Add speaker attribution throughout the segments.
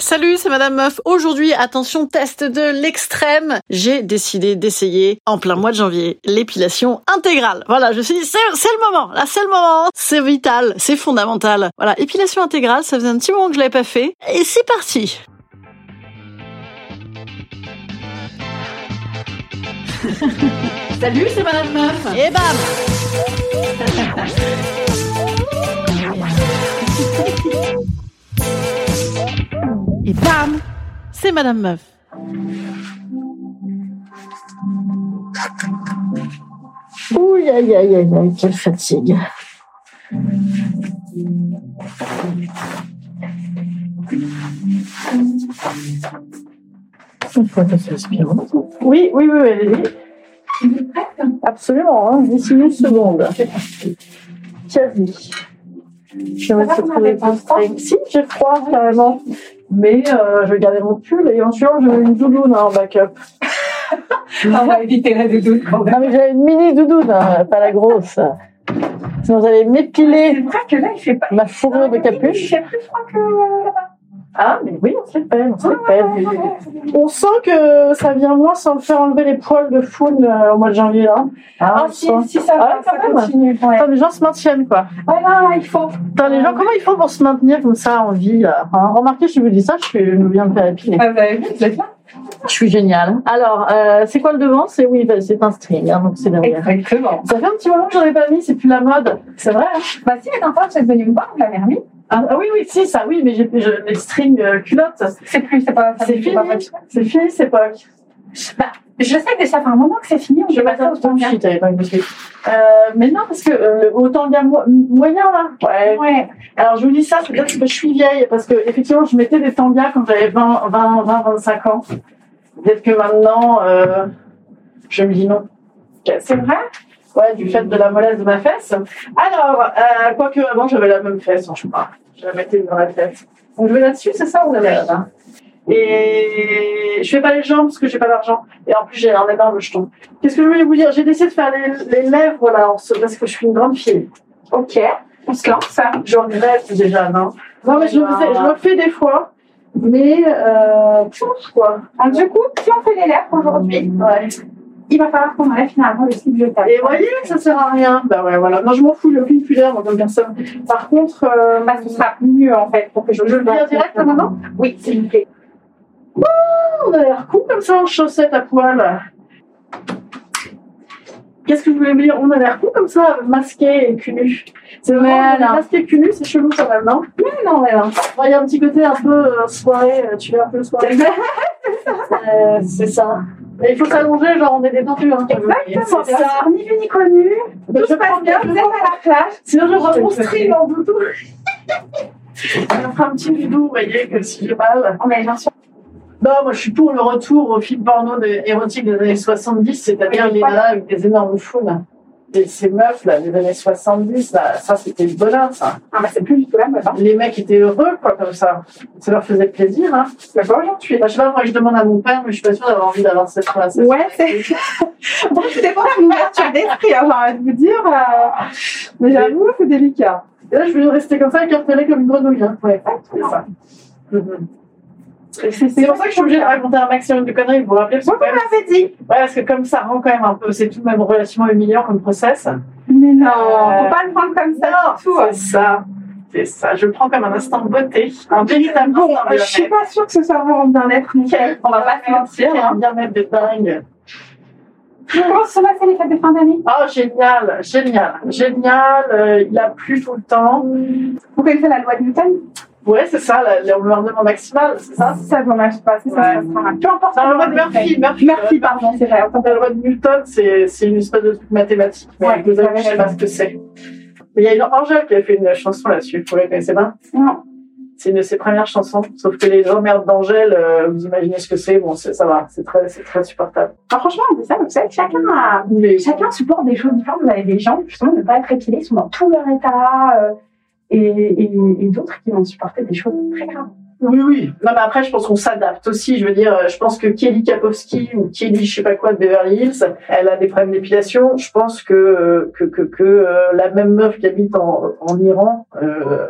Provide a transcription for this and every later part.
Speaker 1: Salut, c'est Madame Meuf. Aujourd'hui, attention, test de l'extrême. J'ai décidé d'essayer, en plein mois de janvier, l'épilation intégrale. Voilà, je me suis dit, c'est c'est le moment, là, c'est le moment. C'est vital, c'est fondamental. Voilà, épilation intégrale, ça faisait un petit moment que je l'avais pas fait. Et c'est parti Salut, c'est Madame Meuf. Et bam Et bam C'est Madame Meuf.
Speaker 2: Ouh, aïe, aïe, aïe, aïe, quelle fatigue. Une fois que ça aspire.
Speaker 1: Oui, oui, oui, allez-y.
Speaker 2: Absolument, hein, d'ici une seconde. Quasi. Je vais me retrouver postrée. Si, j'ai froid, carrément. Mais euh, je vais garder mon pull et en suivant, j'ai une doudoune hein, en backup.
Speaker 3: On va éviter la doudoune quand même.
Speaker 2: Non, mais j'avais une mini doudoune, hein, pas la grosse. Sinon, j'allais m'épiler
Speaker 3: vrai que là, il fait pas.
Speaker 2: ma fourrure de capuche.
Speaker 3: fait plus froid que euh, là-bas.
Speaker 2: Ah, mais oui, on se les pèle, on se les pèle. On sent que ça vient moins sans le faire enlever les poils de faune euh, au mois de janvier. Là. Ah, on sent.
Speaker 3: si ça
Speaker 2: va, ça
Speaker 3: continue.
Speaker 2: Putain, les gens se maintiennent, quoi.
Speaker 3: Voilà, il faut.
Speaker 2: Putain, les gens, comment ils font pour se maintenir comme ça en vie là Hein, Remarquez, je vous dis ça, je, suis, je viens de faire épiler.
Speaker 3: Ah, vous avez vu, vous êtes là
Speaker 2: Je suis géniale. Alors, euh, c'est quoi le devant C'est oui, bah, c'est un string, hein, donc c'est derrière.
Speaker 3: Exactement.
Speaker 2: Ça fait un petit moment que j'en ai pas mis, c'est plus la mode. C'est vrai, hein
Speaker 3: Bah, si, mais t'en parles, c'est venu me voir, vous l'avez remis.
Speaker 2: ah, ah oui, oui, si, ça, oui, mais j'ai je- les strings euh, culottes.
Speaker 3: C'est plus, c'est pas. ça
Speaker 2: C'est
Speaker 3: me fait
Speaker 2: fini,
Speaker 3: Ah, pas mal.
Speaker 2: c'est fini, c'est pas.
Speaker 3: Bah, je sais que ça fait un moment que c'est fini, on
Speaker 2: Je
Speaker 3: peut
Speaker 2: vais
Speaker 3: passer
Speaker 2: mettre un
Speaker 3: au temps
Speaker 2: petit shit à l'époque, parce que- Euh, mais non, parce que euh, le- au tanga mo- moyen, là. Ouais.
Speaker 3: Ouais.
Speaker 2: Alors, je vous dis ça, c'est parce que je suis vieille, parce que, effectivement, je mettais des tangas quand j'avais 20, 20, 20, 25 ans. Peut-être que maintenant, euh, je me dis non.
Speaker 3: C'est vrai
Speaker 2: Ouais, du fait de la mollesse de ma fesse. Alors, euh, quoique avant, j'avais la même fesse, hein, je crois. Je la mettais dans la fesse. Donc, je vais là-dessus, c'est ça, on est là. Et je fais pas les jambes parce que j'ai pas d'argent. Et en plus, j'ai un énorme jeton. Qu'est-ce que je voulais vous dire J'ai décidé de faire les, les lèvres, là, en se- parce que je suis une grande fille.
Speaker 3: Ok. On se lance, ça.
Speaker 2: Je regrette déjà, non Non, mais je le, faisais- je le fais des fois. Mais, euh, pouf, quoi.
Speaker 3: Alors, du coup, si on fait les lèvres aujourd'hui,
Speaker 2: Ouais.
Speaker 3: il va falloir qu'on enlève finalement le slip jetable.
Speaker 2: Et voyez, ça sert à rien. Bah ouais, voilà. Non, je m'en fous, j'ai aucune pudeur, donc aucun somme. Par contre, euh,
Speaker 3: Bah, ce sera mieux en fait pour que je
Speaker 2: je le dis en direct là, maintenant
Speaker 3: Oui, s'il vous plaît.
Speaker 2: On a l'air con comme ça en chaussettes à poil. Qu'est-ce que je voulais vous dire On a l'air con comme ça, masqué et cul nu. C'est vrai,
Speaker 3: Mais
Speaker 2: on est
Speaker 3: non.
Speaker 2: masqué cul nu, c'est chelou quand même, non
Speaker 3: Mais non, mais non.
Speaker 2: Ouais, Il y a un petit côté un peu euh, soirée, euh, tu es un peu soirée. Euh, c'est ça. Et il faut s'allonger, genre on est détendu. Hein,
Speaker 3: Exactement,
Speaker 2: C'est ça.
Speaker 3: Ni vu ni connu.
Speaker 2: Je
Speaker 3: Tout se
Speaker 2: prends
Speaker 3: passe bien,
Speaker 2: bien.
Speaker 3: vous êtes à la plage.
Speaker 2: Sinon je
Speaker 3: Je
Speaker 2: reprends
Speaker 3: vous
Speaker 2: string
Speaker 3: string en bouton.
Speaker 2: On fera un petit bidou, vous voyez, que si j'ai mal.
Speaker 3: Oh, mais bien sûr.
Speaker 2: Non, moi je suis pour le retour aux films porno de- érotiques des années 70, c'est-à-dire
Speaker 3: Oui,
Speaker 2: les
Speaker 3: voilà.
Speaker 2: nanas avec des énormes foules. Des- Ces meufs là, des années 70, là, ça c'était le bonheur ça.
Speaker 3: Ah, bah, c'est plus du tout la mode. hein.
Speaker 2: Les mecs étaient heureux quoi, comme ça. Ça leur faisait plaisir. Hein.
Speaker 3: C'est pas aujourd'hui.
Speaker 2: Bah, je sais pas, moi je demande à mon père, mais je suis pas sûre d'avoir envie d'avoir cette relation.
Speaker 3: Ouais, c'est. bon, c'est pour une ouverture d'esprit, hein, j'ai envie de vous dire. euh, Mais j'avoue, c'est délicat.
Speaker 2: Et là je voulais rester comme ça, écartelée comme une grenouille. Hein. Ouais, c'est ça. Mhm.
Speaker 3: C'est c'est-
Speaker 2: C'est pour ça que je suis obligée de raconter un maximum de conneries, vous vous rappelez parce que,
Speaker 3: Moi,
Speaker 2: quand
Speaker 3: on
Speaker 2: même-
Speaker 3: m'avait dit.
Speaker 2: ouais, parce que comme ça rend quand même un peu, c'est tout de même relativement humiliant comme process.
Speaker 3: Mais non,
Speaker 2: Euh,
Speaker 3: faut pas le prendre comme ça du tout.
Speaker 2: C'est ça. C'est ça, je le prends comme un instant beauté. Un véritable
Speaker 3: Bon,
Speaker 2: instant
Speaker 3: euh, je suis
Speaker 2: bien-être.
Speaker 3: pas sûre que ce soit vraiment bien-être, nickel. On va pas se mentir.
Speaker 2: Quel
Speaker 3: hein.
Speaker 2: bien-être de dingue.
Speaker 3: Comment se sont passées les fêtes de fin d'année
Speaker 2: Oh, génial, génial, génial. euh, il a plu tout le temps.
Speaker 3: Vous connaissez la loi de Newton
Speaker 2: Ouais, c'est ça, la- le bombardement maximal, c'est ça
Speaker 3: Ça, dommage pas. C'est ça,
Speaker 2: Ouais.
Speaker 3: ça se fera. Peu importe.
Speaker 2: Dans la loi de
Speaker 3: comment on
Speaker 2: Murphy,
Speaker 3: fait.
Speaker 2: Murphy,
Speaker 3: Murphy, pardon, c'est vrai. autant
Speaker 2: La loi de Newton, c'est c'est une espèce de truc mathématique. Mais
Speaker 3: Ouais,
Speaker 2: avec les amis,
Speaker 3: ouais,
Speaker 2: je sais pas ce que c'est. Mais il y a une Angèle qui a fait une chanson là-dessus, vous la connaissez pas
Speaker 3: pas. Non.
Speaker 2: C'est une de ses premières chansons, sauf que les emmerdes d'Angèle, euh, vous imaginez ce que c'est, bon, c'est- ça va, c'est très, c'est très supportable.
Speaker 3: Alors, franchement, on dit ça, mais vous savez, que chacun a
Speaker 2: Mais
Speaker 3: Chacun supporte des choses différentes. Vous avez des gens, justement, ne pas être épilés, ils sont dans tout leur état, euh, et, et- et d'autres qui vont supporter des choses très graves.
Speaker 2: Oui, oui. Non, mais après, je pense qu'on s'adapte aussi. Je veux dire, euh, je pense que Kelly Kapowski ou Kelly, je sais pas quoi, de Beverly Hills, elle a des problèmes d'épilation. Je pense que euh, que que, que, euh, la même meuf qui habite en, en Iran euh,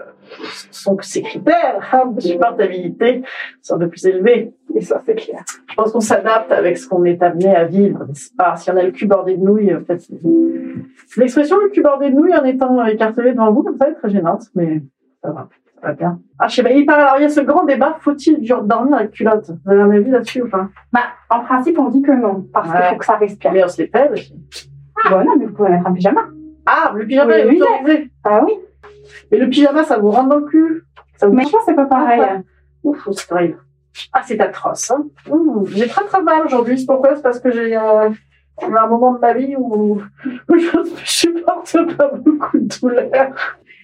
Speaker 2: sont que ses critères hein, de supportabilité sont de plus élevés.
Speaker 3: Et ça, c'est clair.
Speaker 2: Je pense qu'on s'adapte avec ce qu'on est amené à vivre, n'est-ce pas Si on a le cul bordé de nouilles, euh, peut-être. c'est- L'expression le cul bordé de nouilles en étant écartelé devant vous, comme ça, est très gênante, mais ça va, ça va bien. Ah, je sais pas, il parle, alors il y a ce grand débat, faut-il dur- dormir avec culotte Vous avez un avis là-dessus ou pas
Speaker 3: Bah, en principe, on dit que non, parce qu'il
Speaker 2: Ouais.
Speaker 3: faut que ça respire.
Speaker 2: Mais on se les pèle.
Speaker 3: Bon, non, mais vous pouvez mettre un pyjama.
Speaker 2: Ah, le pyjama
Speaker 3: Oui,
Speaker 2: est
Speaker 3: oui.
Speaker 2: autorisé
Speaker 3: Ah oui.
Speaker 2: Mais le pyjama, ça vous rentre dans le cul Ça vous
Speaker 3: Mais je pense que c'est pas pareil.
Speaker 2: Ah, Ouf, c'est horrible. Ah, c'est atroce. Hein. Ouh, j'ai très très mal aujourd'hui. C'est pourquoi C'est parce que j'ai euh, j'ai eu un moment de ma vie où, où je ne supporte pas beaucoup de douleur.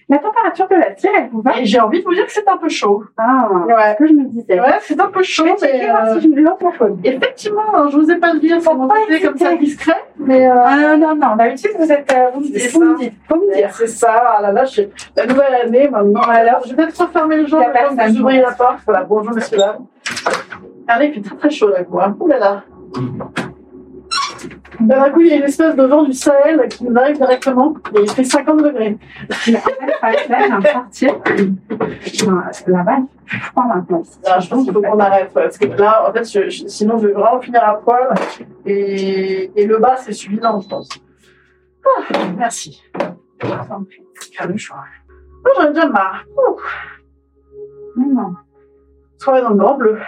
Speaker 3: La température de la cire, elle vous va
Speaker 2: Et j'ai envie de vous dire que c'est un peu chaud.
Speaker 3: Ah, c'est ce
Speaker 2: Ouais.
Speaker 3: que je me disais.
Speaker 2: Ouais, c'est un peu chaud.
Speaker 3: Je vais checker
Speaker 2: mais,
Speaker 3: voir
Speaker 2: euh,
Speaker 3: si je me l'autophone.
Speaker 2: Effectivement, hein, je vous ai pas le dire, c'est mon
Speaker 3: Faut pas
Speaker 2: côté comme ça
Speaker 3: hésiter.
Speaker 2: discret, mais euh,
Speaker 3: Ah non, non, d'habitude, vous êtes. euh, vous me
Speaker 2: C'est
Speaker 3: dites, vous me
Speaker 2: ça.
Speaker 3: dites, faut me
Speaker 2: mais
Speaker 3: dire.
Speaker 2: c'est ça. Ah là là, j'ai la nouvelle année maintenant. Alors, je vais peut-être refermer les gens,
Speaker 3: Y a
Speaker 2: le temps que
Speaker 3: personne.
Speaker 2: vous ouvriez la porte. Voilà, bonjour monsieur là. Allez, il fait très très chaud là, quoi. Ouh Oh là là. Là, Ben, D'un coup, il y a une espèce de vent du Sahel qui nous arrive directement et il fait 50 degrés.
Speaker 3: Mais en fait, par exemple, un quartier, euh, là-bas, il fait froid maintenant. ici.
Speaker 2: Alors, je pense qu'il faut qu'on arrête ouais, parce que là, en fait, je- je- sinon, je vais vraiment finir à poil et, et le bas, c'est suffisant, je pense. Ah, merci. Caluche, ouais. Oh, J'en ai déjà marre. Ouh.
Speaker 3: Mais non.
Speaker 2: Soirée dans le grand bleu.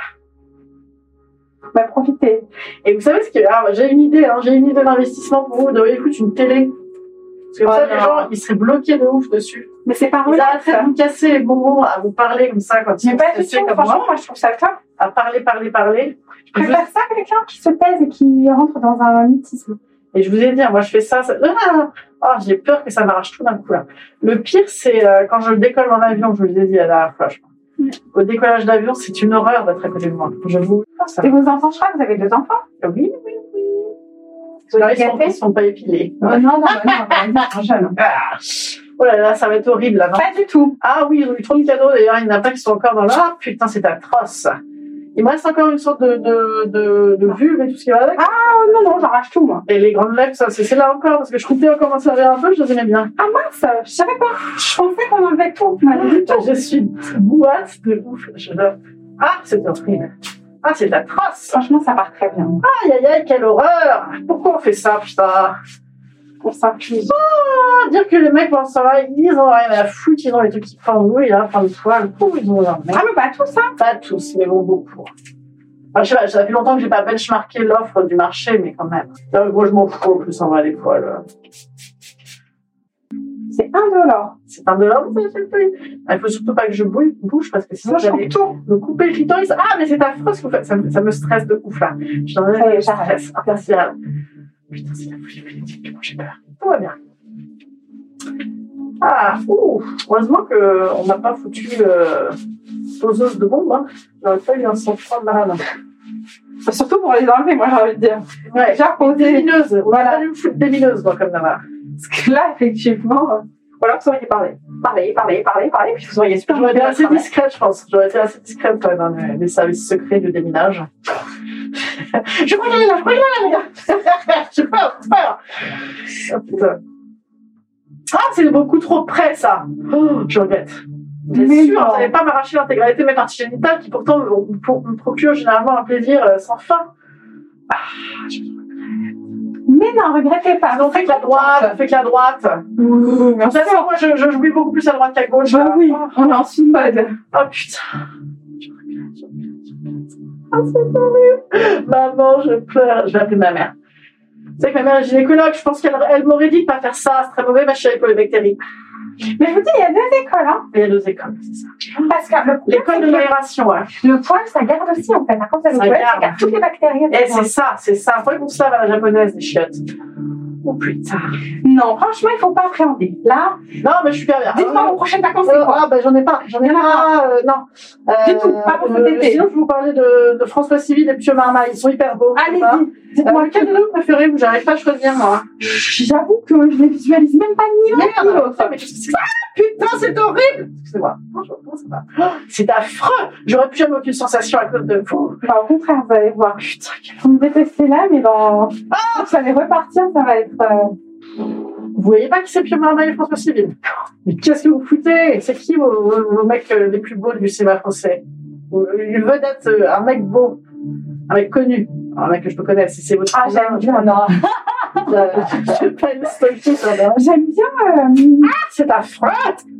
Speaker 3: Bah, profitez.
Speaker 2: Et vous savez ce que ah, bah, j'ai une idée, hein, j'ai une idée d'investissement pour vous. Vous devriez foutre une télé. Parce que comme
Speaker 3: Oh
Speaker 2: ça,
Speaker 3: non.
Speaker 2: les gens, ils seraient bloqués de ouf dessus.
Speaker 3: Mais c'est pas
Speaker 2: Ils
Speaker 3: relou,
Speaker 2: arrêteraient
Speaker 3: ça.
Speaker 2: de vous casser les bonbons à vous parler comme ça quand ils
Speaker 3: Mais
Speaker 2: sont
Speaker 3: pas du
Speaker 2: stressés
Speaker 3: tout,
Speaker 2: comme
Speaker 3: franchement,
Speaker 2: moi.
Speaker 3: moi je trouve ça top.
Speaker 2: À parler, parler, parler.
Speaker 3: Je préfère ça que quelqu'un qui se taise et qui rentre dans un mutisme.
Speaker 2: Et je vous ai dit, hein, moi je fais ça. ça- Ah, Ah, j'ai peur que ça m'arrache tout d'un coup là. Le pire, c'est euh, quand je décolle en avion, je vous l'ai dit la dernière fois, je crois. Au décollage d'avion, c'est une horreur d'être à côté de moi. Je vous. Ah, ça
Speaker 3: Et vos enfants, je crois que vous avez deux enfants.
Speaker 2: va. Oui, oui, oui.
Speaker 3: Vous
Speaker 2: Alors,
Speaker 3: les
Speaker 2: ils sont,
Speaker 3: gâtez
Speaker 2: ils sont pas épilés.
Speaker 3: Non, non, non, non, non, non, jeune.
Speaker 2: Ah. Oh là là, ça va être horrible là. non
Speaker 3: Pas du tout.
Speaker 2: Ah oui, ils ont eu trop de cadeaux. D'ailleurs, il y en a pas qui sont encore dans là. Ah putain, c'est atroce. Il me reste encore une sorte de, de, de, de vulve et tout ce qui va avec. Ah.
Speaker 3: Oh non, non, j'arrache tout, moi.
Speaker 2: Et les grandes lèvres, ça, c'est c'est là encore, parce que je comptais encore m'en servir un peu, je les aimais bien. Ah,
Speaker 3: Ah mince, je savais pas. Je pensais qu'on enlevait tout. mais non, du tout.
Speaker 2: Je suis boîte de ouf. Je... Ah, c'est horrible. Ah, c'est atroce.
Speaker 3: Franchement, ça part très bien. Ah,
Speaker 2: Aïe, aïe, aïe, quelle horreur. Pourquoi on fait ça, putain
Speaker 3: On s'infuse.
Speaker 2: Pas dire que les mecs, pendant ce temps-là, ils ont rien à foutre, ils ont les trucs qui pendent, oui, là, fin de toile, Ouh, ils ont leur merde.
Speaker 3: Ah, mais pas tout ça.
Speaker 2: Pas tous, mais bon, beaucoup. Enfin, je sais pas, ça fait longtemps que j'ai pas benchmarké l'offre du marché, mais quand même. Là, moi, je m'en fous, en plus, en vrai, les poils. euh.
Speaker 3: C'est indolore.
Speaker 2: C'est un de l'homme, ça, c'est le prix. Ah, Il faut surtout pas que je bouille- bouge, parce que sinon,
Speaker 3: Moi, je
Speaker 2: j'allais
Speaker 3: coupe tout.
Speaker 2: me couper le clitoris. Ah, mais c'est affreux ce que vous faites. Ça, me- ça me stresse de ouf, là. Je t'en ai
Speaker 3: Ça y est,
Speaker 2: le
Speaker 3: j'arrête.
Speaker 2: stress. Ah, merci, là. Putain, c'est la folie politique. Comment j'ai peur. Tout va bien. Ah, ouh. Heureusement qu'on n'a pas foutu euh, poseuse de bombe, hein. J'aurais pas eu un sang-froid malade.
Speaker 3: Surtout pour les enlever, moi, j'ai envie de dire.
Speaker 2: Ouais.
Speaker 3: Déjà
Speaker 2: Des
Speaker 3: posé.
Speaker 2: mineuses, voilà.
Speaker 3: Voilà.
Speaker 2: Pas dû me foutre des mineuses, moi, comme Navarre.
Speaker 3: Parce que là, effectivement. euh, Ou alors, vous auriez parlé. Parlez, parlez, parlez, parlez, puis vous auriez super
Speaker 2: J'aurais été
Speaker 3: bien
Speaker 2: assez discrète, je pense. J'aurais été assez discrète, quand même, dans les, les services secrets du déminage. je crois qu'il est là, je crois qu'il est là, les gars. J'ai peur, j'ai peur. Ah, putain. Ah, c'est beaucoup trop près, ça. Oh, je regrette. Bien
Speaker 3: Mais
Speaker 2: sûr,
Speaker 3: non.
Speaker 2: vous n'allez pas m'arracher l'intégralité de mes parties génitales qui pourtant me, me- me procurent généralement un plaisir euh, sans fin. Ah, je-
Speaker 3: Mais mais n'en regrettez pas.
Speaker 2: on fait que la droite, on fait que la droite. Ouh, ça, c'est moi, je, je jouis beaucoup plus à droite qu'à gauche.
Speaker 3: Bah
Speaker 2: là. Ah.
Speaker 3: oui, on est en sous mode.
Speaker 2: Oh putain. Je regrette, je regrette, je regrette. Ah, c'est horrible. Maman, je pleure. Je vais appeler ma mère. Tu sais que ma mère est gynécologue, je pense qu'elle elle m'aurait dit de pas faire ça, c'est très mauvais, ma chérie, pour les bactéries.
Speaker 3: Mais je vous dis, il y a deux écoles, hein.
Speaker 2: Il y a deux écoles, c'est ça.
Speaker 3: Parce que le,
Speaker 2: L'école de l'aération, hein.
Speaker 3: le poil, ça garde aussi, en fait. Quand vous avez
Speaker 2: Ça
Speaker 3: le poil, ça
Speaker 2: garde.
Speaker 3: garde toutes les bactéries.
Speaker 2: Et Eh, c'est ça, c'est ça. Faudrait qu'on se lave à la japonaise, les chiottes. Oh putain.
Speaker 3: Non, franchement, il faut pas appréhender. Là,
Speaker 2: Non, mais je suis pervers.
Speaker 3: dites-moi vos prochaines vacances, c'est
Speaker 2: Ah Euh,
Speaker 3: quoi
Speaker 2: ah ben j'en ai pas, j'en ai
Speaker 3: Il y en a
Speaker 2: pas, euh, non.
Speaker 3: Du tout, pas pour cet été.
Speaker 2: Sinon je vous parlais de, de François Civil et Monsieur Marma, ils sont hyper beaux. Hein.
Speaker 3: Allez-y,
Speaker 2: Euh,
Speaker 3: dites-moi
Speaker 2: lequel de nous préférez Vous j'arrive pas à choisir moi.
Speaker 3: J'avoue que je les visualise même pas ni l'un ni
Speaker 2: Merde
Speaker 3: l'autre.
Speaker 2: Ah, mais qu'est-ce que c'est que ça Putain c'est horrible Excusez-moi, Non, je reprends, c'est pas- Oh, c'est affreux J'aurais plus jamais aucune sensation à cause de vous.
Speaker 3: Enfin, au contraire, vous allez voir. Vous me détestez là, mais dans...
Speaker 2: Ah
Speaker 3: vous allez repartir, ça va être... euh,
Speaker 2: Vous voyez pas qui c'est Pio Marmaille et François Civil Mais qu'est-ce que vous foutez C'est qui vos, vos- vos mecs euh, les plus beaux du cinéma français Une vedette, euh, un mec beau, un mec connu, un mec que je peux connaître, si c'est votre
Speaker 3: Ah,
Speaker 2: cousin,
Speaker 3: j'aime
Speaker 2: je
Speaker 3: bien, non.
Speaker 2: Je vais pas le stalker sur le-
Speaker 3: J'aime bien... euh,
Speaker 2: Ah, C'est affreux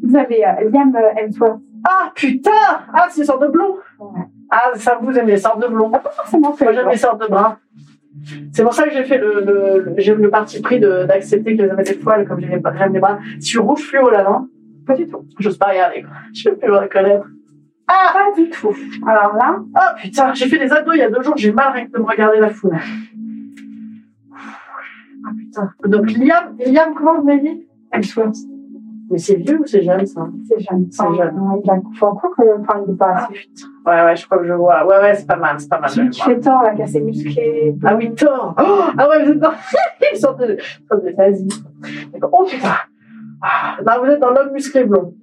Speaker 3: Vous avez euh, Liam euh, Hemsworth.
Speaker 2: Ah putain Ah c'est une sorte de blond
Speaker 3: Ouais.
Speaker 2: Ah ça vous aimez les sortes de blond
Speaker 3: Pas forcément que...
Speaker 2: Moi j'aime les sortes de brun. C'est pour ça que j'ai fait le, le, le- j'ai eu le parti pris de- d'accepter que les hommes étaient poils comme j'ai pas rien des bras. Je suis rouge fluo là non
Speaker 3: Pas du tout.
Speaker 2: J'ose pas regarder quoi. Je peux plus me reconnaître.
Speaker 3: Pas du tout. Alors là,
Speaker 2: Ah putain, j'ai fait des abdos il y a deux jours, j'ai mal rien que de me regarder la foule. Ah putain. Donc Liam, Liam comment vous m'avez dit
Speaker 3: Hemsworth,
Speaker 2: Mais c'est vieux ou c'est jeune ça
Speaker 3: c'est jeune.
Speaker 2: C'est jeune. Ah,
Speaker 3: Enfin, Il a faut encore que... euh, Enfin, il est pas assez...
Speaker 2: Ouais ouais je crois que je vois. Ouais ouais c'est pas mal, c'est pas mal.
Speaker 3: Tu,
Speaker 2: je le
Speaker 3: tu
Speaker 2: vois.
Speaker 3: fais tort, là, qu'à ses musclés.
Speaker 2: Ah oui, tort Oh, Ah ouais, vous êtes dans une sorte de, sorte de nazi. D'accord. Oh putain ah, Là, vous êtes dans l'homme musclé blond.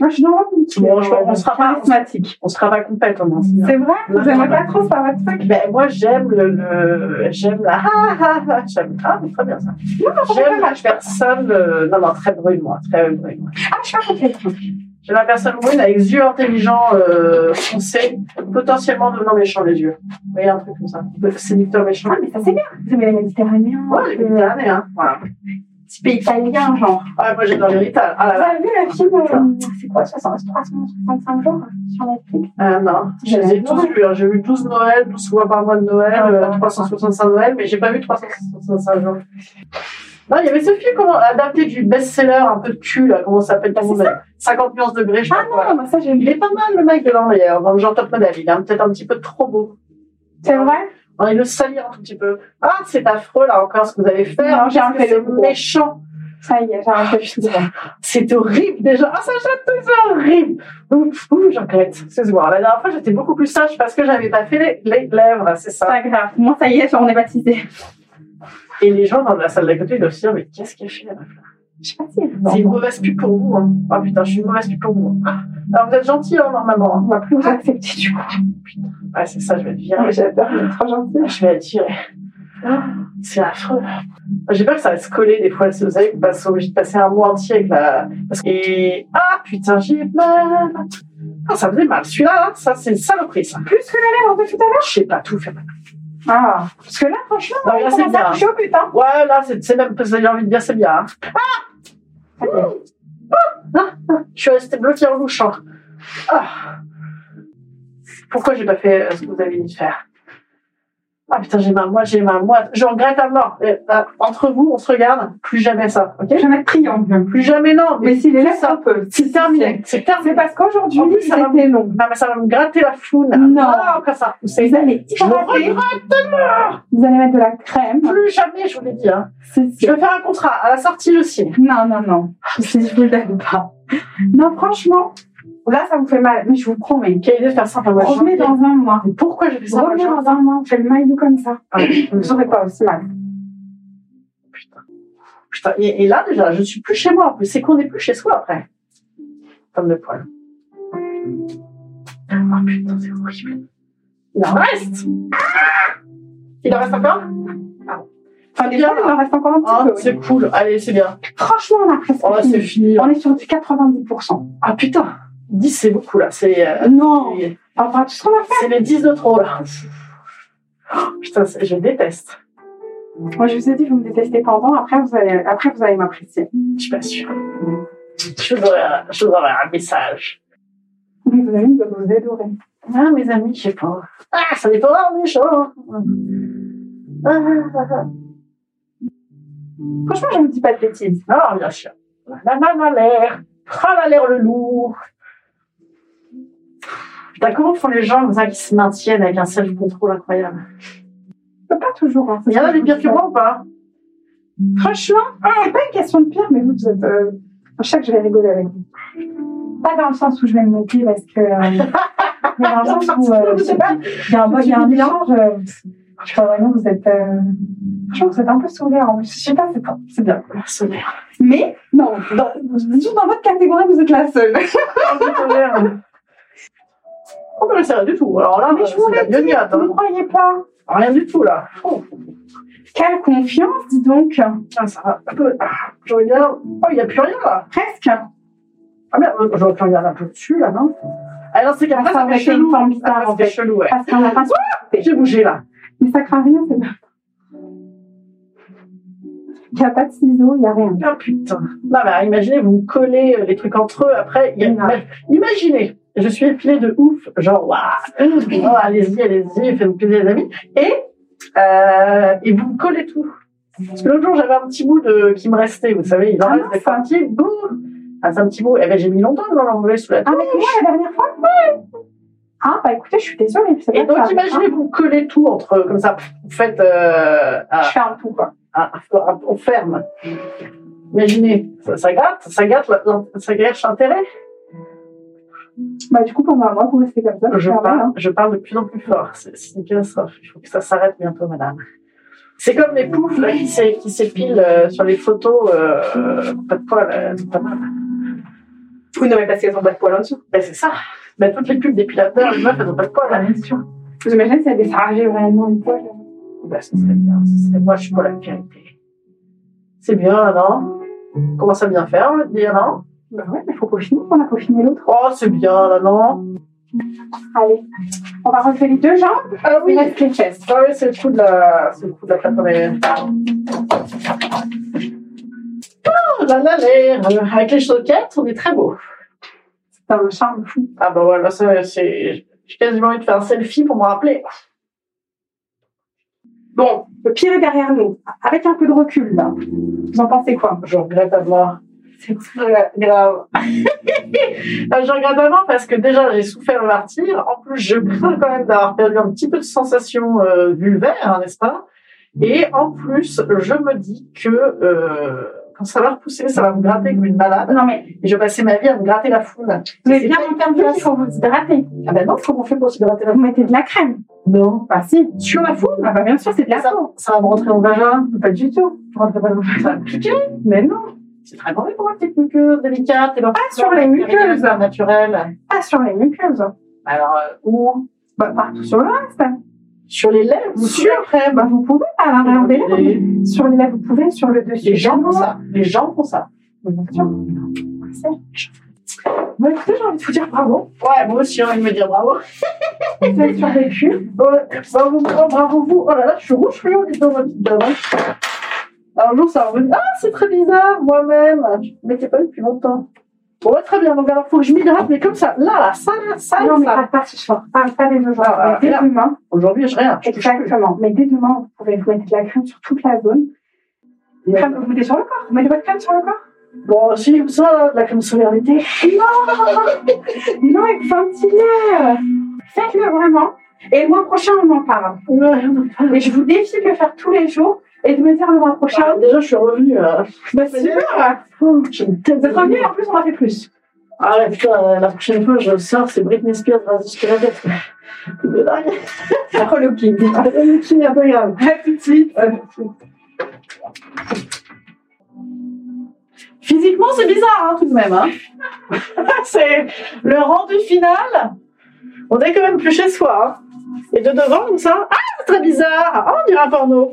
Speaker 3: Moi, je suis dans l'homme.
Speaker 2: Bon, je pense qu'on sera pas-
Speaker 3: charismatique.
Speaker 2: On sera pas complète, hein, au moins.
Speaker 3: C'est vrai
Speaker 2: Non,
Speaker 3: Vous aimez
Speaker 2: non,
Speaker 3: pas trop, c'est pas votre truc
Speaker 2: Ben, moi, j'aime le, le- j'aime la, ah, ah, ah, j'aime, ah, mais très bien ça. J'aime la personne, euh, non, non, très brune, moi, très brune. moi.
Speaker 3: Ah, je suis pas complète.
Speaker 2: J'aime la personne brune avec des yeux intelligents, euh, foncés, potentiellement devenant méchant les yeux. Vous voyez, un truc comme ça. Séducteur méchant.
Speaker 3: Ah, mais ça, c'est bien. Vous aimez les Méditerranéens.
Speaker 2: Ouais, les
Speaker 3: euh,
Speaker 2: Méditerranéens, hein. Voilà.
Speaker 3: Petit pays italien, genre.
Speaker 2: Ouais, moi, j'adore l'héritage. Ah là
Speaker 3: Vous
Speaker 2: là.
Speaker 3: avez vu le film, euh, c'est quoi, 60 365 jours hein, sur Netflix
Speaker 2: Euh, non, je les ai tous vus. hein. J'ai vu 12 Noël, 12 fois par mois de Noël,
Speaker 3: Ah,
Speaker 2: euh,
Speaker 3: ouais.
Speaker 2: 365 Noël, mais j'ai pas vu 365 jours. Non, il y avait ce film comment, adapté du best-seller un peu de cul, là, comment ça s'appelle
Speaker 3: Ah, c'est
Speaker 2: ton 50 nuances degrés, je sais
Speaker 3: Ah
Speaker 2: pas
Speaker 3: non,
Speaker 2: quoi.
Speaker 3: moi ça j'aime
Speaker 2: Il
Speaker 3: bien.
Speaker 2: est pas mal le mec de d'ailleurs, dans le genre top model. Il est un- peut-être un petit peu trop beau.
Speaker 3: C'est vrai
Speaker 2: On il le salit un tout petit peu. Ah, c'est affreux là encore ce que vous allez faire.
Speaker 3: Non, j'ai
Speaker 2: parce que
Speaker 3: enlevé
Speaker 2: c'est
Speaker 3: le gros.
Speaker 2: méchant.
Speaker 3: Ça y est, j'ai
Speaker 2: Ah,
Speaker 3: un peu juste
Speaker 2: C'est horrible déjà. Ah, ça j'adore, c'est horrible. Ouh, ouh, je regrette. Excuse-moi. La dernière fois, j'étais beaucoup plus sage parce que j'avais pas fait les, les lèvres, hein, c'est ça.
Speaker 3: Pas grave. Moi ça y est, genre, on est baptisé.
Speaker 2: Et les gens dans la salle d'à côté ils doivent se dire mais qu'est-ce qu'elle fait la meuf
Speaker 3: Je sais pas si elle
Speaker 2: C'est
Speaker 3: bon,
Speaker 2: une mauvaise pub pour vous. Hein. Ah putain, je suis une mauvaise pub pour vous. Ah, alors vous êtes gentil hein, normalement.
Speaker 3: On
Speaker 2: hein.
Speaker 3: va plus vous accepter du coup.
Speaker 2: Ouais, c'est ça, je vais te virer.
Speaker 3: Ah, mais J'adore, vous êtes trop gentil.
Speaker 2: Je vais te virer. Ah, C'est affreux. J'ai peur que ça va se coller des fois. Vous savez qu'on passe obligé de passer un mois entier avec la. parce que- Et ah putain, j'ai mal. Ah, ça faisait mal. Celui-là, là, ça c'est une saloperie ça.
Speaker 3: Plus que la lèvre de tout à l'heure
Speaker 2: Je sais pas tout faire.
Speaker 3: Ah, parce que là franchement,
Speaker 2: Non, mais là,
Speaker 3: on
Speaker 2: c'est
Speaker 3: commence
Speaker 2: bien.
Speaker 3: à toucher au but. Hein.
Speaker 2: Ouais, là, c'est c'est même, j'ai envie de dire, c'est bien. hein.
Speaker 3: Ça y est.
Speaker 2: Je suis restée bloquée en louchant. Ah. Pourquoi j'ai pas fait euh, ce que vous avez dit de faire Ah putain, j'ai ma moi, j'ai ma moi. Je regrette à mort. Eh, euh, entre vous, on se regarde. Plus jamais ça, ok
Speaker 3: Je vais mettre triangle.
Speaker 2: Plus jamais non. Mais
Speaker 3: Mais s'il est là,
Speaker 2: ça
Speaker 3: ça peut.
Speaker 2: c'est terminé. C'est terminé.
Speaker 3: C'est parce qu'aujourd'hui,
Speaker 2: En plus, ça va-
Speaker 3: c'était long.
Speaker 2: Non, mais ça va me gratter la foune.
Speaker 3: Non.
Speaker 2: Ah, quand ça poussait.
Speaker 3: Vous allez
Speaker 2: Je me
Speaker 3: hydrater. Vous allez mettre de la crème.
Speaker 2: Plus jamais, je vous l'ai dit. hein.
Speaker 3: C'est
Speaker 2: Je vais faire un contrat. À la sortie, je signe.
Speaker 3: Non, non, non. Je sais, je vous le donne pas. Non, franchement, là, ça vous fait mal. Mais je vous promets.
Speaker 2: Quelle idée de faire ça pour moi
Speaker 3: Revenez dans un mois.
Speaker 2: Mais pourquoi j'ai fait ça pour
Speaker 3: Revenez dans un mois. On fait le maillot comme ça.
Speaker 2: Ah,
Speaker 3: Vous aurez pas aussi mal.
Speaker 2: Putain, et, et là déjà, je suis plus chez moi. Mais c'est qu'on n'est plus chez soi après. Comme le poil. Ah putain, c'est horrible. Il en reste Ah Il en reste encore
Speaker 3: Enfin, des fois, il en reste encore un
Speaker 2: Ah,
Speaker 3: petit peu.
Speaker 2: c'est cool. Allez, c'est bien.
Speaker 3: oui. Franchement, on a presque
Speaker 2: Oh, c'est
Speaker 3: fini.
Speaker 2: fini. là.
Speaker 3: On est sur du 90%.
Speaker 2: Ah putain, 10 c'est beaucoup là. C'est euh,
Speaker 3: Non.
Speaker 2: c'est-
Speaker 3: Enfin, tout ce qu'on a fait.
Speaker 2: c'est les 10 de trop là. Oh, Putain, c'est- je déteste.
Speaker 3: Moi, je vous ai dit, vous me détestez pendant, après, vous allez, après, vous allez m'apprécier.
Speaker 2: Je suis pas sûre. Je dois, je dois avoir un message.
Speaker 3: Oui, Vos amis doivent vous adorer.
Speaker 2: Ah, mes amis, je sais pas. Ah, ça dépend des gens. Ah,
Speaker 3: Franchement, je ne dis pas de bêtises.
Speaker 2: ah, bien sûr. La nana l'air. Ah, la l'air le lourd. Putain, comment font les gens comme ça qui se maintiennent avec un self-control incroyable
Speaker 3: Je peux pas toujours. Hein,
Speaker 2: Il y en a des pires que moi ou pas
Speaker 3: Franchement, Ah, c'est pas une question de pire, mais vous, vous êtes. Euh... Je sais que je vais rigoler avec vous. Pas dans le sens où je vais me moquer parce que. euh, mais dans le sens où, euh, je sais pas, il y a un, il y a un échange. euh, Je crois vraiment que vous êtes. euh, Franchement, vous êtes un peu sourire en plus. Je sais pas, c'est pas- c'est bien.
Speaker 2: Ah, solaire.
Speaker 3: Mais, non, dans, juste dans votre catégorie, vous êtes la seule.
Speaker 2: Ah, solaire. Oh, mais ça va du tout. Alors là,
Speaker 3: Mais je vous
Speaker 2: c'est la
Speaker 3: l'ai dit,
Speaker 2: gnognotte,
Speaker 3: vous ne
Speaker 2: hein.
Speaker 3: croyez pas.
Speaker 2: Rien du tout, là. Oh,
Speaker 3: Quelle confiance, dis donc.
Speaker 2: putain, ça va un peu. Ah, je regarde. Oh, il n'y a plus rien, là.
Speaker 3: Presque.
Speaker 2: Ah merde, j'aurais pu regarder un peu dessus, là, non Ah non, c'est qu'après,
Speaker 3: Ah, ça
Speaker 2: ça,
Speaker 3: aurait
Speaker 2: fait
Speaker 3: été une
Speaker 2: chelou.
Speaker 3: forme bizarre,
Speaker 2: Ah, ça
Speaker 3: en
Speaker 2: fait
Speaker 3: fait.
Speaker 2: chelou, ouais.
Speaker 3: Parce qu'on n'a pas.
Speaker 2: J'ai bougé, là.
Speaker 3: Mais ça craint rien, c'est bien. Il n'y a pas de ciseaux, il n'y a rien.
Speaker 2: Ah putain. Non, mais imaginez, vous collez euh, les trucs entre eux, après, il y a-
Speaker 3: Non.
Speaker 2: imaginez, je suis épilée de ouf, genre, waouh, Oh, allez-y, allez-y, faites-vous plaisir, les amis. Et, euh, et vous collez tout. Parce que l'autre jour, j'avais un petit bout de, qui me restait, vous savez, il en
Speaker 3: Ah,
Speaker 2: reste des
Speaker 3: mince.
Speaker 2: parties, boum Ah, c'est un petit bout. Eh ben, j'ai mis longtemps à l'enlever sous la
Speaker 3: Ah,
Speaker 2: tête.
Speaker 3: mais moi, la dernière fois Ah, bah écoutez, je suis désolée. c'est
Speaker 2: Et
Speaker 3: pas
Speaker 2: donc,
Speaker 3: grave,
Speaker 2: imaginez,
Speaker 3: hein.
Speaker 2: vous collez tout entre eux, comme ça, vous faites, euh, un-
Speaker 3: Je fais un tout, quoi.
Speaker 2: Ah, ah, on ferme. Imaginez, ça, ça gâte, ça gâte, la- la- ça gâche l'intérêt.
Speaker 3: Bah, du coup, pendant un mois, vous restez comme
Speaker 4: Ah,
Speaker 3: ça. c'est
Speaker 2: Je
Speaker 3: pas mal,
Speaker 2: parle,
Speaker 3: hein.
Speaker 2: je parle de plus en plus fort. C'est c'est une catastrophe. Il faut que ça s'arrête bientôt, madame. C'est comme les poufs là, qui s'é- qui s'épilent euh, sur les photos, euh, pas de poils, euh, c'est pas mal.
Speaker 4: Oui, non, mais parce qu'elles ont pas de poils en dessous.
Speaker 2: Ben, c'est ça. Ben, toutes les pubs d'épilateurs, les meufs, elles ont pas de poils.
Speaker 3: Ah,
Speaker 2: hein.
Speaker 3: bien sûr. Vous imaginez si elle avait sargé vraiment les poils
Speaker 2: Ben, ce serait bien, ce serait moi, je suis pour la vérité. C'est bien, là, non Commence à bien faire, on va te dire, non
Speaker 3: Bah ouais, mais faut peaufiner, on a peaufiné l'autre.
Speaker 2: Oh, c'est bien, là, non
Speaker 3: Allez, on va relever les deux jambes
Speaker 2: Ah
Speaker 3: et mettre les chaises.
Speaker 2: Ah ouais, c'est le coup de la, c'est le coup de la plateforme aérienne. Oh là là, l'air euh, avec les choquettes, on est très beau.
Speaker 3: C'est un charme fou.
Speaker 2: Ah bah voilà, ça c'est, j'ai quasiment envie de faire un selfie pour me rappeler.
Speaker 3: Bon, le pire est derrière nous. Avec un peu de recul, là. Vous en pensez quoi
Speaker 2: Je regrette d'avoir.
Speaker 3: C'est
Speaker 2: Gra- grave. Ah, je regrette vraiment parce que déjà j'ai souffert le martyr. En plus, je crains quand même d'avoir perdu un petit peu de sensation euh, vulvaire, hein, n'est-ce pas Et en plus, je me dis que euh, quand ça va repousser, ça va me gratter comme une malade.
Speaker 3: Non, mais
Speaker 2: Et je passais ma vie à me gratter la foule.
Speaker 3: vous
Speaker 2: C'est
Speaker 3: avez bien
Speaker 2: pas
Speaker 3: entendu
Speaker 2: efficace.
Speaker 3: qu'il faut vous hydrater.
Speaker 2: Ah ben non, comment on fait pour se gratter la
Speaker 3: Vous mettez de la crème.
Speaker 2: foule Non.
Speaker 3: Bah si.
Speaker 2: Sur la foule
Speaker 3: Ah bah bien sûr, c'est de la
Speaker 2: ça,
Speaker 3: peau.
Speaker 2: ça va me rentrer dans le vagin.
Speaker 3: Pas du tout.
Speaker 2: Je rentrerai pas dans le vagin. Ça va me piquer.
Speaker 3: Mais non,
Speaker 2: C'est très mauvais pour ma petite muqueuse délicate. Et leur
Speaker 3: Pas sur les muqueuses.
Speaker 2: Naturelle.
Speaker 3: pas sur les muqueuses.
Speaker 2: Alors, euh, où
Speaker 3: Bah, partout sur le reste.
Speaker 2: Sur les lèvres ou sur la crème
Speaker 3: Bah, vous pouvez à l'arrière des lèvres.
Speaker 2: les,
Speaker 3: Sur les lèvres, vous pouvez, sur le dessus.
Speaker 2: les gens font ça. Les gens font ça.
Speaker 3: Bah, bien sûr. Merci. Bah, écoutez, j'ai envie de vous dire bravo.
Speaker 2: Ouais, moi aussi, j'ai envie de me dire bravo.
Speaker 3: Vous avez survécu.
Speaker 2: Ouais, bravo, bravo, bravo, vous. Oh là là, je suis rouge fluo, dites donc, ma petite dame. Un jour, ça revient. Ah, c'est très bizarre, moi-même. Je ne m'étais pas vu depuis longtemps. Bon, ouais, très bien. Donc, alors, faut que je m'hydrate, mais comme ça. Là, là, ça, là, ça,
Speaker 3: non, mais
Speaker 2: ça.
Speaker 3: pas, pas ce soir. Pas, pas les aujourd'hui.
Speaker 2: Ah,
Speaker 3: Mais dès
Speaker 2: là.
Speaker 3: demain,
Speaker 2: Aujourd'hui, je rien. Je touche plus.
Speaker 3: exactement. Mais dès demain, vous pouvez vous mettre de la crème sur toute la zone. Crème que vous mettez sur le corps. Vous mettez votre crème sur le corps.
Speaker 2: Bon, si, comme ça, là, de la crème solaire d'été.
Speaker 3: Non, et ventilaire. Faites-le vraiment. Et le mois prochain, on en parle.
Speaker 2: Ouais, non, pas.
Speaker 3: Et je vous défie de le faire tous les jours et de me dire le mois prochain.
Speaker 2: Ah, déjà, je suis revenue. hein.
Speaker 3: Bah, super.
Speaker 2: Oh, j'ai une tête
Speaker 3: Vous
Speaker 2: de
Speaker 3: êtes revenus et en plus, on a fait plus.
Speaker 2: Ah, ouais, putain, la prochaine fois, je sors, c'est Britney Spears, vas-y, je te la tête. De dingue.
Speaker 3: Relooking.
Speaker 2: C'est incroyable.
Speaker 3: À tout de suite.
Speaker 2: Physiquement, c'est bizarre, hein, tout de même. Hein. c'est le rendu final. On est quand même plus chez soi. hein. Et de devant, comme ça, ah, c'est très bizarre. Ah, on dirait un porno.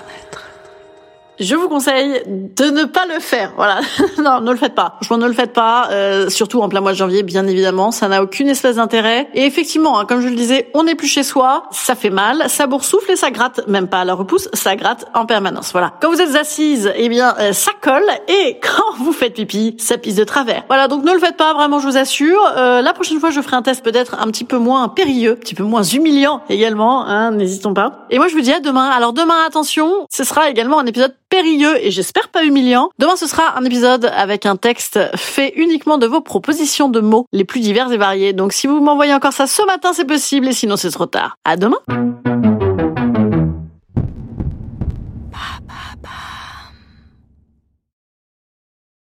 Speaker 1: je vous conseille de ne pas le faire. Voilà, non, ne le faites pas. Franchement, ne le faites pas, euh, surtout en plein mois de janvier, bien évidemment, ça n'a aucune espèce d'intérêt. Et effectivement, hein, comme je le disais, on n'est plus chez soi, ça fait mal, ça boursoufle et ça gratte, même pas à la repousse, ça gratte en permanence. Voilà. Quand vous êtes assise, eh bien, euh, ça colle, et quand vous faites pipi, ça pisse de travers. Voilà, donc ne le faites pas, vraiment, je vous assure. Euh, la prochaine fois, je ferai un test peut-être un petit peu moins périlleux, un petit peu moins humiliant également, hein, n'hésitons pas. Et moi, je vous dis à demain. Alors demain, attention, ce sera également un épisode périlleux et j'espère pas humiliant. Demain, ce sera un épisode avec un texte fait uniquement de vos propositions de mots les plus diverses et variées. Donc si vous m'envoyez encore ça ce matin, c'est possible et sinon c'est trop tard. À demain.